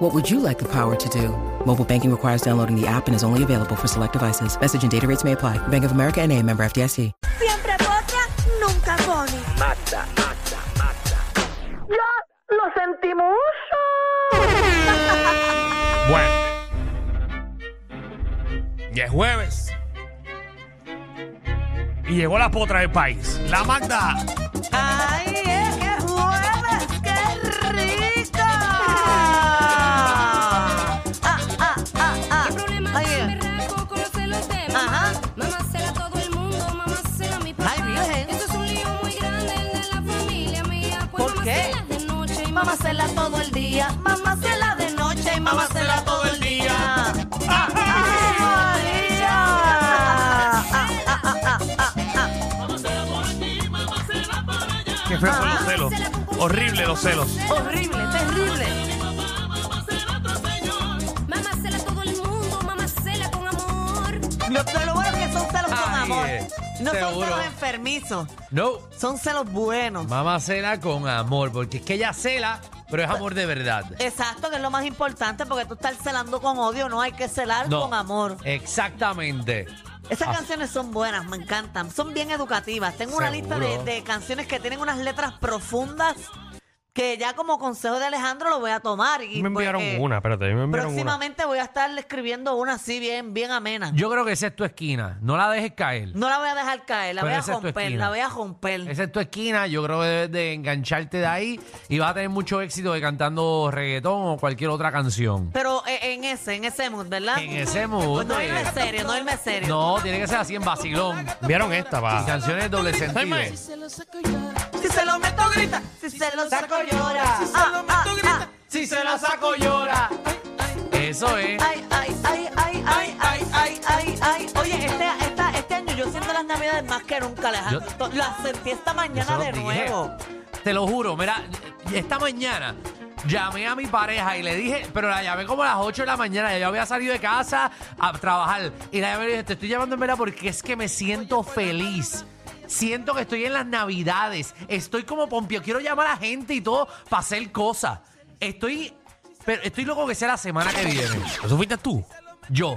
What would you like the power to do? Mobile banking requires downloading the app and is only available for select devices. Message and data rates may apply. Bank of America and a member FDIC. Siempre potra, nunca pone. Ya lo sentimos. Bueno. Ya es jueves. Y llegó la potra del país. La Magda. ¡Ay, es que es jueves! ¡Qué rica! Ah, ah, ah, ah. ¿Qué problema? Oye, Me rasco con los celos de mamá. Ajá. Mamá será todo el mundo, mamá será mi papá. Ay, Virgen. Esto es un lío muy grande, el de la familia mía. Pues ¿Por mamá qué? se la de noche y mamá se la todo el día, mamá se la de noche y mamá se la todo el día. ¡Ay, María! Ah, ah, ah, ah, ah, ah. Qué feo son los celos. Horrible los celos. Horrible, terrible. Mamá será todo el mundo, mamá será con amor. Lo, pero lo bueno es que son celos con Ay, amor. eh, No son seguro. celos enfermizos, No, son celos buenos. mamá cela con amor, porque es que ella cela, pero es amor de verdad. Exacto, que es lo más importante porque tú estás celando con odio, no hay que celar No, con amor. Exactamente. Esas Ah. canciones son buenas, me encantan, son bien educativas. Tengo una lista de, Seguro. de canciones que tienen unas letras profundas que ya como consejo de Alejandro lo voy a tomar. Y Me pues enviaron que una, espérate, me enviaron una. Próximamente voy a estar escribiendo una así bien, bien amena. Yo creo que esa es tu esquina. No la dejes caer. no la voy a dejar caer, la Pero voy a esa es tu romper, esquina. la voy a romper. Esa es tu esquina. Yo creo que debes de engancharte de ahí y vas a tener mucho éxito de cantando reggaetón o cualquier otra canción. Pero eh, en ese, en ese mood, ¿verdad? En ese mood. Pues no irme eh. serio, no irme serio. No, tiene que ser así en vacilón. Enviaron esta, Y va. canciones doble sentido. Ay, Si se lo meto, grita. Si se lo saco, Ah, llora. Si se lo meto, grita. Si se la saco llora. Eso es. Ay, ay, ay, ay, ay, ay, ay, ay, ay. Oye, este, esta, este año yo siento las navidades más que nunca, Alejandro. Yo- Las sentí esta Eso mañana lo de dije. nuevo. Te lo juro, mira, esta mañana llamé a mi pareja y le dije, pero la llamé como a las 8 de la mañana, ya yo había salido de casa a trabajar. Y la llamé y le dije, te estoy llamando en verdad porque es que me siento feliz. Siento que estoy en las navidades. Estoy como Pompeo, quiero llamar a gente y todo para hacer cosas. Estoy, pero estoy loco que sea la semana que viene. ¿Eso fuiste tú? Yo.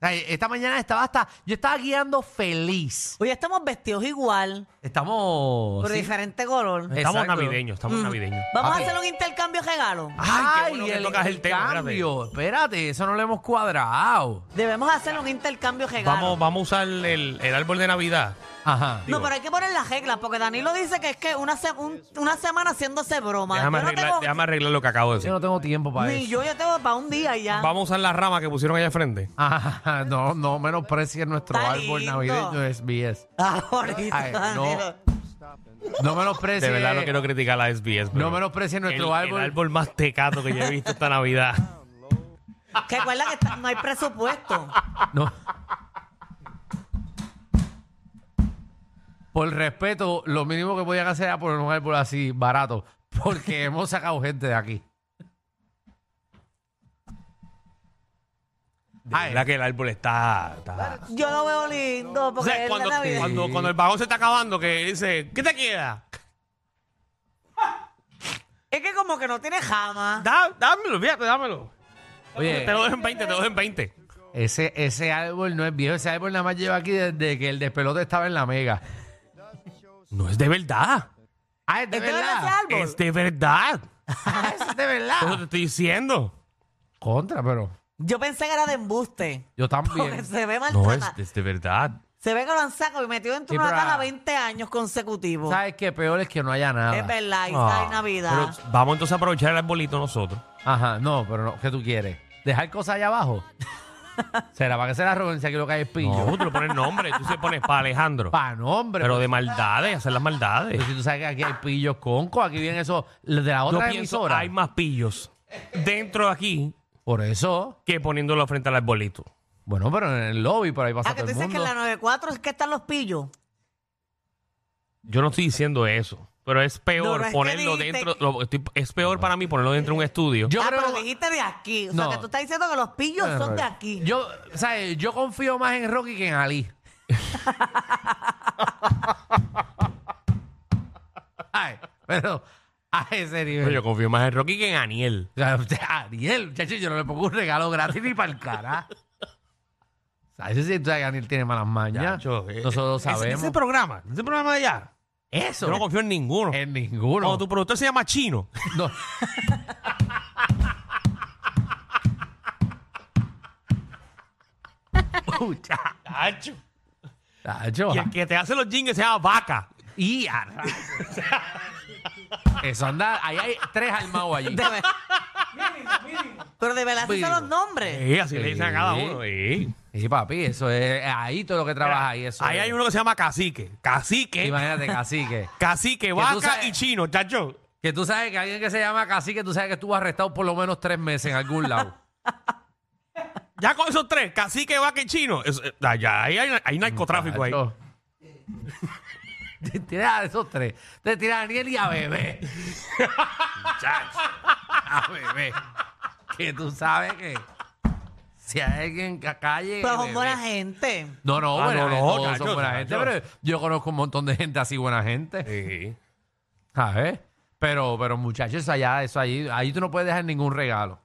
Ay, Esta mañana estaba hasta, yo estaba guiando feliz. Oye, estamos vestidos igual, Estamos... pero Oh, sí. diferente color. Estamos Exacto. navideños, estamos navideños. Mm. Vamos Papi. Ah. a hacer un intercambio de regalo. Ay, qué bueno que el tocas el tema, espérate. intercambio. Espérate, eso no lo hemos cuadrado. Debemos hacer un intercambio de regalo. Vamos, vamos a usar el, el árbol de Navidad. Ajá. No, pero hay que poner las reglas, porque Danilo dice que es que una, se- un- una semana haciéndose broma. Déjame, yo no arreglar, tengo- déjame arreglar lo que acabo de Yo decir. no tengo tiempo para ni eso. yo, yo tengo para un día y ya. Vamos a usar la rama que pusieron allá al frente. Ajá, no, no menosprecies nuestro Está árbol lindo. navideño de SBS. Ah, Ahorita, Ay, no. Danilo. No menosprecies. De verdad no quiero criticar a la SBS. pero No menosprecies nuestro el, árbol. El árbol más tecato que yo he visto esta Navidad. Que recuerda que está- no hay presupuesto. No. Por respeto, lo mínimo que podían hacer era poner un árbol así barato. Porque hemos sacado gente de aquí. De Ay. verdad que el árbol está. está- Yo lo veo lindo O porque sea, es cuando, la Navidad. cuando, cuando el vagón se está acabando, que dice, ¿qué te queda? Es que como que no tiene jama. Da- dámelo, fíjate, dámelo. Oye, Te lo dejo en 20, te lo dejo en 20. Ese, ese árbol no es viejo, ese árbol nada más lleva aquí desde que el despelote estaba en la mega. No es de verdad. Ah, es de ¿Es de verdad verdad. árbol? Es de verdad. Ah, es de Eso verdad. te estoy diciendo. Contra, pero Yo pensé que era de embuste. yo Porque también. se ve No, es, maltratada. es de verdad. Se ve que lo han sacado y metido dentro Sí, de una pero, caja ah, 20 años consecutivos. ¿Sabes qué? Peor es que no haya nada. Es verdad, y está Ah, en Navidad. Pero vamos entonces a aprovechar el arbolito nosotros. Ajá, no, pero no, ¿qué tú quieres? ¿Dejar cosas allá abajo? ¿Será para que se la roben si aquí lo que hay es pillo? No, tú le pones nombre, tú se pones para Alejandro. Pues Pa' nombre. pero pues. de maldades, hacer las maldades. Pero si tú sabes que aquí hay pillos conco, aquí vienen esos de la Yo otra pienso emisora. hay más pillos dentro de aquí Por eso, que poniéndolo frente al arbolito. bueno, pero en el lobby, por ahí pasa Ah, que todo tú el dices que en mundo. la 94 es que están los pillos. Yo no estoy diciendo eso, pero es peor no es que ponerlo dijiste dentro. lo- estoy- es peor para mí ponerlo dentro de un estudio. Yo ah, creo- pero dijiste de aquí. O No. sea, que tú estás diciendo que los pillos son de aquí. Yo, ¿sabes? Yo confío más en Rocky que en Ali. ay, pero a ese Pero nivel. yo confío más en Rocky que en Aniel. O sea, usted- Ariel, muchacho, yo no le pongo un regalo gratis ni para el cara. O sea, ese sí, tú sabes que Ariel tiene malas mañas. Chacho, eh, Nosotros lo ese- sabemos. Ese programa, ese programa de allá. Eso. Yo no confío en ninguno. en Cuando ninguno. tu productor se llama Chino. No. Muchacho. Chacho. Chacho, Y el que te hace los jingles se llama Vaca. Y a rayos. Eso anda, ahí hay tres armados allí. De ver- pero de verdad, esos son Vivo. los nombres. Eh, así le dicen a cada Eh. uno. eh. Sí, papi, eso es ahí todo lo que trabaja ahí. Eso Ahí es. hay uno que se llama Cacique. Cacique. Imagínate, cacique. Cacique, tú vaca sabes- y chino, chacho. Que tú sabes que alguien que se llama cacique, tú sabes que estuvo arrestado por lo menos tres meses en algún lado. Ya con esos tres, cacique, vaca y chino. es- eh, ya, ahí hay, hay narcotráfico ahí. Chacho. Te tiras a esos tres. Te tiras a Daniel y a Bebé. Chacho. A Bebé. Que tú sabes que si hay alguien que calle. Pero son Bebé. buena gente. No, no, Ah, buena no, no, gente, todos cacho, son buena gente, cacho. pero yo conozco un montón de gente así buena gente. Sí. ¿Sabes? Pero, pero muchachos, eso allá, eso ahí, ahí tú no puedes dejar ningún regalo.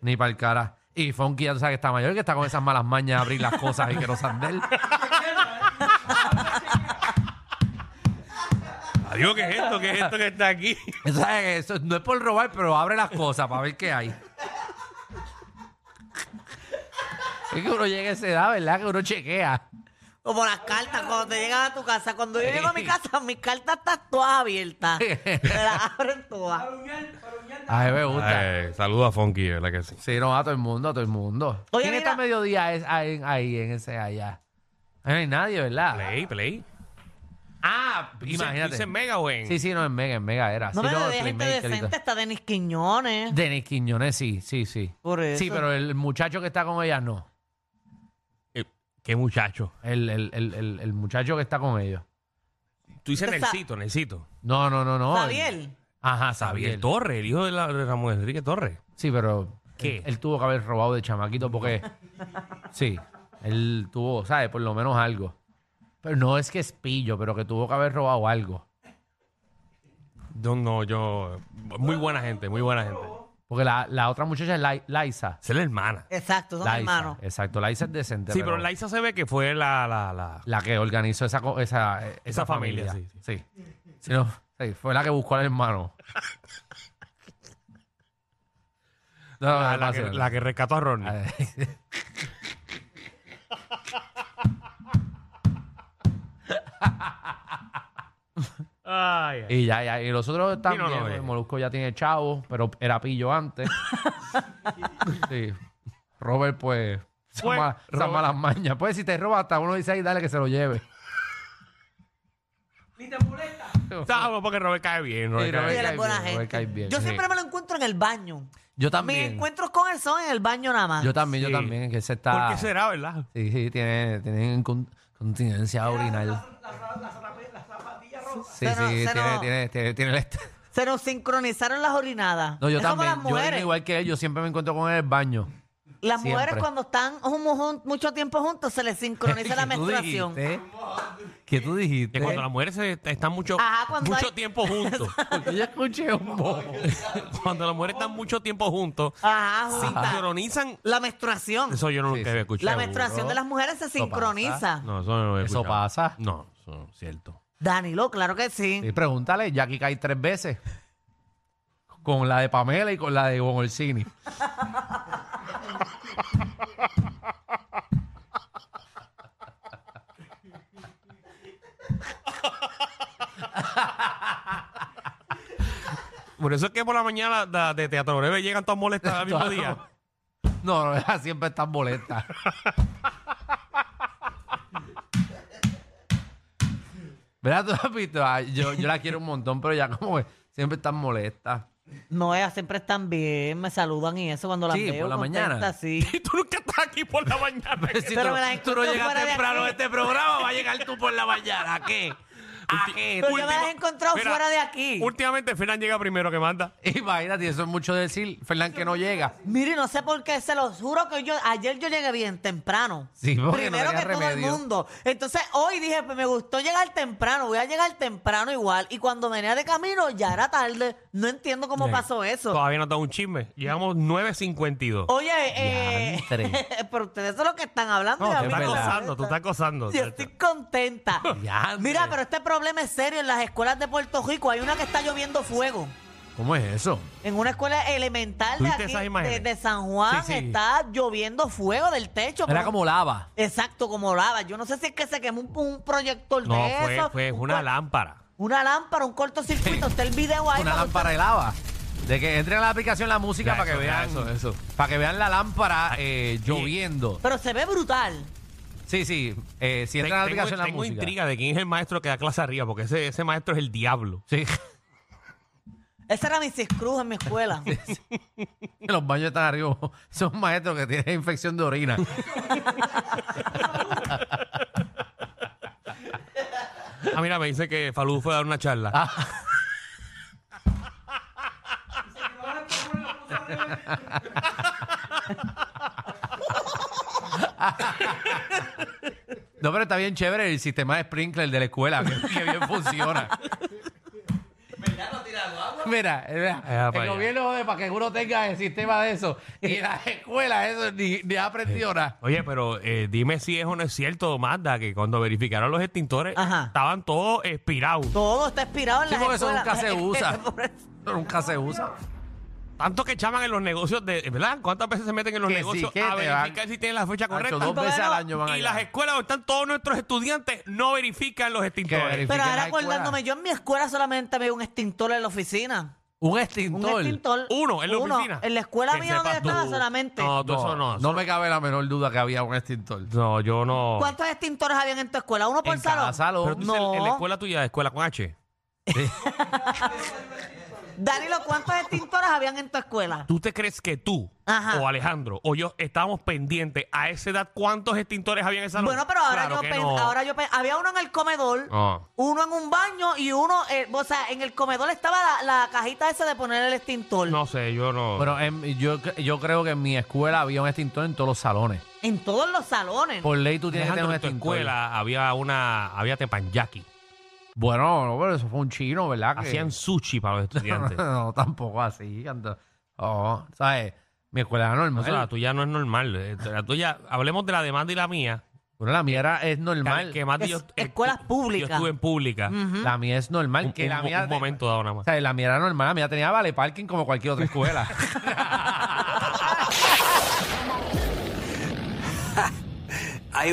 Ni para el cara. Y Funky ya tú sabes que está mayor, que está con esas malas mañas de abrir las cosas y que no sean de él. Adiós, ¿qué es esto? ¿Qué es esto que está aquí? Tú sabes que Eso, no es por robar, pero abre las cosas para ver qué hay. Es que uno llega a esa edad, ¿verdad? Que uno chequea. Como las cartas, cuando te llegas a tu casa. Cuando yo llego a mi Sí. casa, mis cartas están todas abiertas. Te las abren todas. A él me gusta. saluda Eh, a Funky, ¿verdad que sí? Sí, no, a todo el mundo, a todo el mundo. Oye, ¿Quién mira- está a mediodía es- ahí, ahí en ese allá? Ahí no hay nadie, ¿verdad? Play, play. Ah, Imagínate. imagínate. Dice mega, güey. Sí, sí, no, en Mega, en Mega era. No sí, me no, de gente Playmaker y decente, todo. está Denis Quiñones. Denis Quiñones, sí, sí, sí. Por eso. Sí, pero el muchacho que está con ella no. Eh, Qué muchacho. El, el, el, el, el muchacho que está con ellos. Tú dices Esa- Nelsito, Nelsito. No, no, no, no. Javier. El- Ajá, Javier Sabiel. Torres, el hijo de, la, de Ramón Enrique Torres. Sí, pero ¿Qué? Él, él tuvo que haber robado de chamaquito porque sí, él tuvo, ¿sabes? Por lo menos algo. Pero no es que es pillo, pero que tuvo que haber robado algo. No, no, yo. Muy buena gente, muy buena gente. Porque la, la otra muchacha es Lai- Laisa. Esa es la hermana. Exacto, son Laisa, hermanos. Exacto, Laisa es decente. Sí, pero Laisa se ve que fue la. la, la... la que organizó esa, co- esa, eh, esa familia, familia. Sí. Sí, no, sí, fue la que buscó al hermano. No, no, la- no, la que, no, no. la que rescató a Ronnie. A ver. Ay, ay. Y ya, ya, y los otros también. no, el eh. Molusco ya tiene chavo, pero era pillo antes. sí. Robert, pues. Son Pues, malas- son Robert. malas mañas. Pues si te roba hasta uno dice ahí, dale que se lo lleve. Sabemos porque Robert cae bien. Robert Sí, cae Robert Oye, bien. él cae es buena bien, Robert gente. cae bien, yo sí. siempre me lo encuentro en el baño. Yo Mis también. encuentros con él son en el baño nada más. Yo también, yo Sí. también. es Que se está. ¿Por qué será, verdad? Sí, sí, tiene, tiene incon- continencia orinal. Sí, Se nos- sí, se tiene, nos- tiene, tiene, tiene el est- Se nos sincronizaron las orinadas. No, yo es también. Como las Yo era mujeres. igual que él, yo siempre me encuentro con él en el baño. las siempre. mujeres cuando están mu- jun- mucho tiempo juntos se les sincroniza la ¿Qué tú menstruación. dijiste? ¿Qué tú Que dijiste? cuando las mujeres se- están mucho, Ajá, cuando mucho hay- tiempo juntos. Porque yo escuché un bobo. cuando las mujeres están mucho tiempo juntos, Ajá, juntas. sincronizan. La menstruación. Eso yo nunca Sí, sí. había escuchado. La menstruación de las mujeres se sincroniza. No, eso no lo he Eso escuchado. pasa. No, eso no es cierto. Danilo, claro que sí. Sí, pregúntale, Jackie cae tres veces. Con la de Pamela y con la de Ivonne Orsini. Por eso es que por la mañana la de Teatro Breve llegan todas molestas al mismo día. No, no, ella siempre está molesta. ¿Verdad, tú has visto? Ah, Yo, yo la quiero un montón, pero ya como que siempre está molesta. No, ellas siempre están bien, me saludan y eso cuando las Sí, veo. por la contenta, mañana. Sí. Y tú nunca estás aquí por la mañana. Pero si Pero tú, me las tú no encuentro llegas fuera de temprano a aquí. este programa, va a llegar tú por la mañana. ¿Qué? Ulti- Ajete. Pero yo me última- las he encontrado Mira, fuera de aquí. Últimamente Fernán llega primero que manda. Imagínate, eso es mucho decir, Fernán, que no llega. Mire, no sé por qué, se los juro que yo ayer yo llegué bien temprano. Sí, porque no Primero tenía que todo el remedio. mundo. Entonces hoy dije, pues me gustó llegar temprano, voy a llegar temprano igual. Y cuando venía de camino ya era tarde. No entiendo cómo pasó eso. Oh, Todavía no da un chisme. Llegamos 9.52. Oye, eh, Diantre. pero ustedes son los que están hablando. No, y a qué Tú mí estás me verdad. acosando, tú estás acosando. Yo estoy contenta. Diantre. Mira, pero este problema es serio. En las escuelas de Puerto Rico hay una que está lloviendo fuego. ¿Cómo es eso? En una escuela elemental de, ¿Tuviste aquí, esas de, imágenes? de San Juan Sí, sí. está lloviendo fuego del techo. Era Pero- como lava. Exacto, como lava. Yo no sé si es que se quemó un, un proyector No, de fue, eso. fue un una cor- lámpara. Una lámpara, un cortocircuito. Está el video ahí. Una para que lámpara de lava. De que entren a la aplicación la música Ya, para que eso, vean ya, eso, eso. Para que vean la lámpara eh, lloviendo. usted- Pero se ve brutal. Sí, sí. eh, si Te- entran a la tengo aplicación la tengo música. intriga de quién es el maestro que da clase arriba, porque ese, ese maestro es el diablo. Sí. Esa era Mrs. Cruz en mi escuela. Los baños están arriba. Son maestros que tienen infección de orina. Ah, mira, me dice que Falú fue a dar una charla. Ah. No, pero está bien chévere el sistema de sprinkler de la escuela, que, que bien funciona. Mira, mira, Allá para el allá. gobierno jode para que uno tenga el sistema de eso y las escuelas eso ni, ni ha aprendido nada. Oye, pero eh, dime si eso no es cierto, Magda, que cuando verificaron los extintores Ajá. estaban todos espirados. Todo está expirado en Sí, la porque las eso nunca escuelas. se usa. Por eso. Eso nunca se usa. Tanto que chaman en los negocios de, ¿verdad? ¿Cuántas veces se meten en los Que sí, negocios que a te verificar van- si tienen la fecha Nacho, correcta? dos veces al Bueno, año van y las allá. escuelas donde están todos nuestros estudiantes no verifican los extintores. verifican. Pero ahora la escuela. acordándome, yo en mi escuela solamente había un extintor en la oficina. Un Un extintor. extintor. Uno en la oficina. En la escuela Que mía donde sepas tú. estaba solamente. No, tú No, eso no. no me cabe la menor duda que había un extintor. No, yo no. ¿Cuántos extintores habían en tu escuela? ¿Uno por En salón? cada salón. Pero tú dices, No. en la escuela tuya, escuela con H. Danilo, ¿cuántos extintores habían en tu escuela? ¿Tú te crees que tú Ajá. o Alejandro o yo estábamos pendientes a esa edad cuántos extintores había en esa salón? Bueno, pero ahora Claro yo que pen- no. ahora yo pen- había uno en el comedor, Ah. uno en un baño y uno, eh, o sea, en el comedor estaba la, la cajita esa de poner el extintor. No sé, yo no. Pero en- yo, yo creo que en mi escuela había un extintor en todos los salones. En todos los salones. Por ley tú tienes Alejandro, que en tu tener un extintor. escuela había una, había tepanyaki. Bueno, no, pero eso fue un chino, ¿verdad? Que- Hacían sushi para los estudiantes. no, tampoco así. ando- Oh, ¿sabes? Mi escuela era normal. O sea, la tuya no es normal. eh, La tuya, hablemos de la demanda y la mía. Bueno, la mía era- es normal. Que más Es- yo, eh, escuelas tu- públicas. Yo estuve en pública. La mía es normal. Un, que un- la mía un momento dado nada O más. sea, la mía era normal. La mía tenía vale parking como cualquier otra escuela. Hay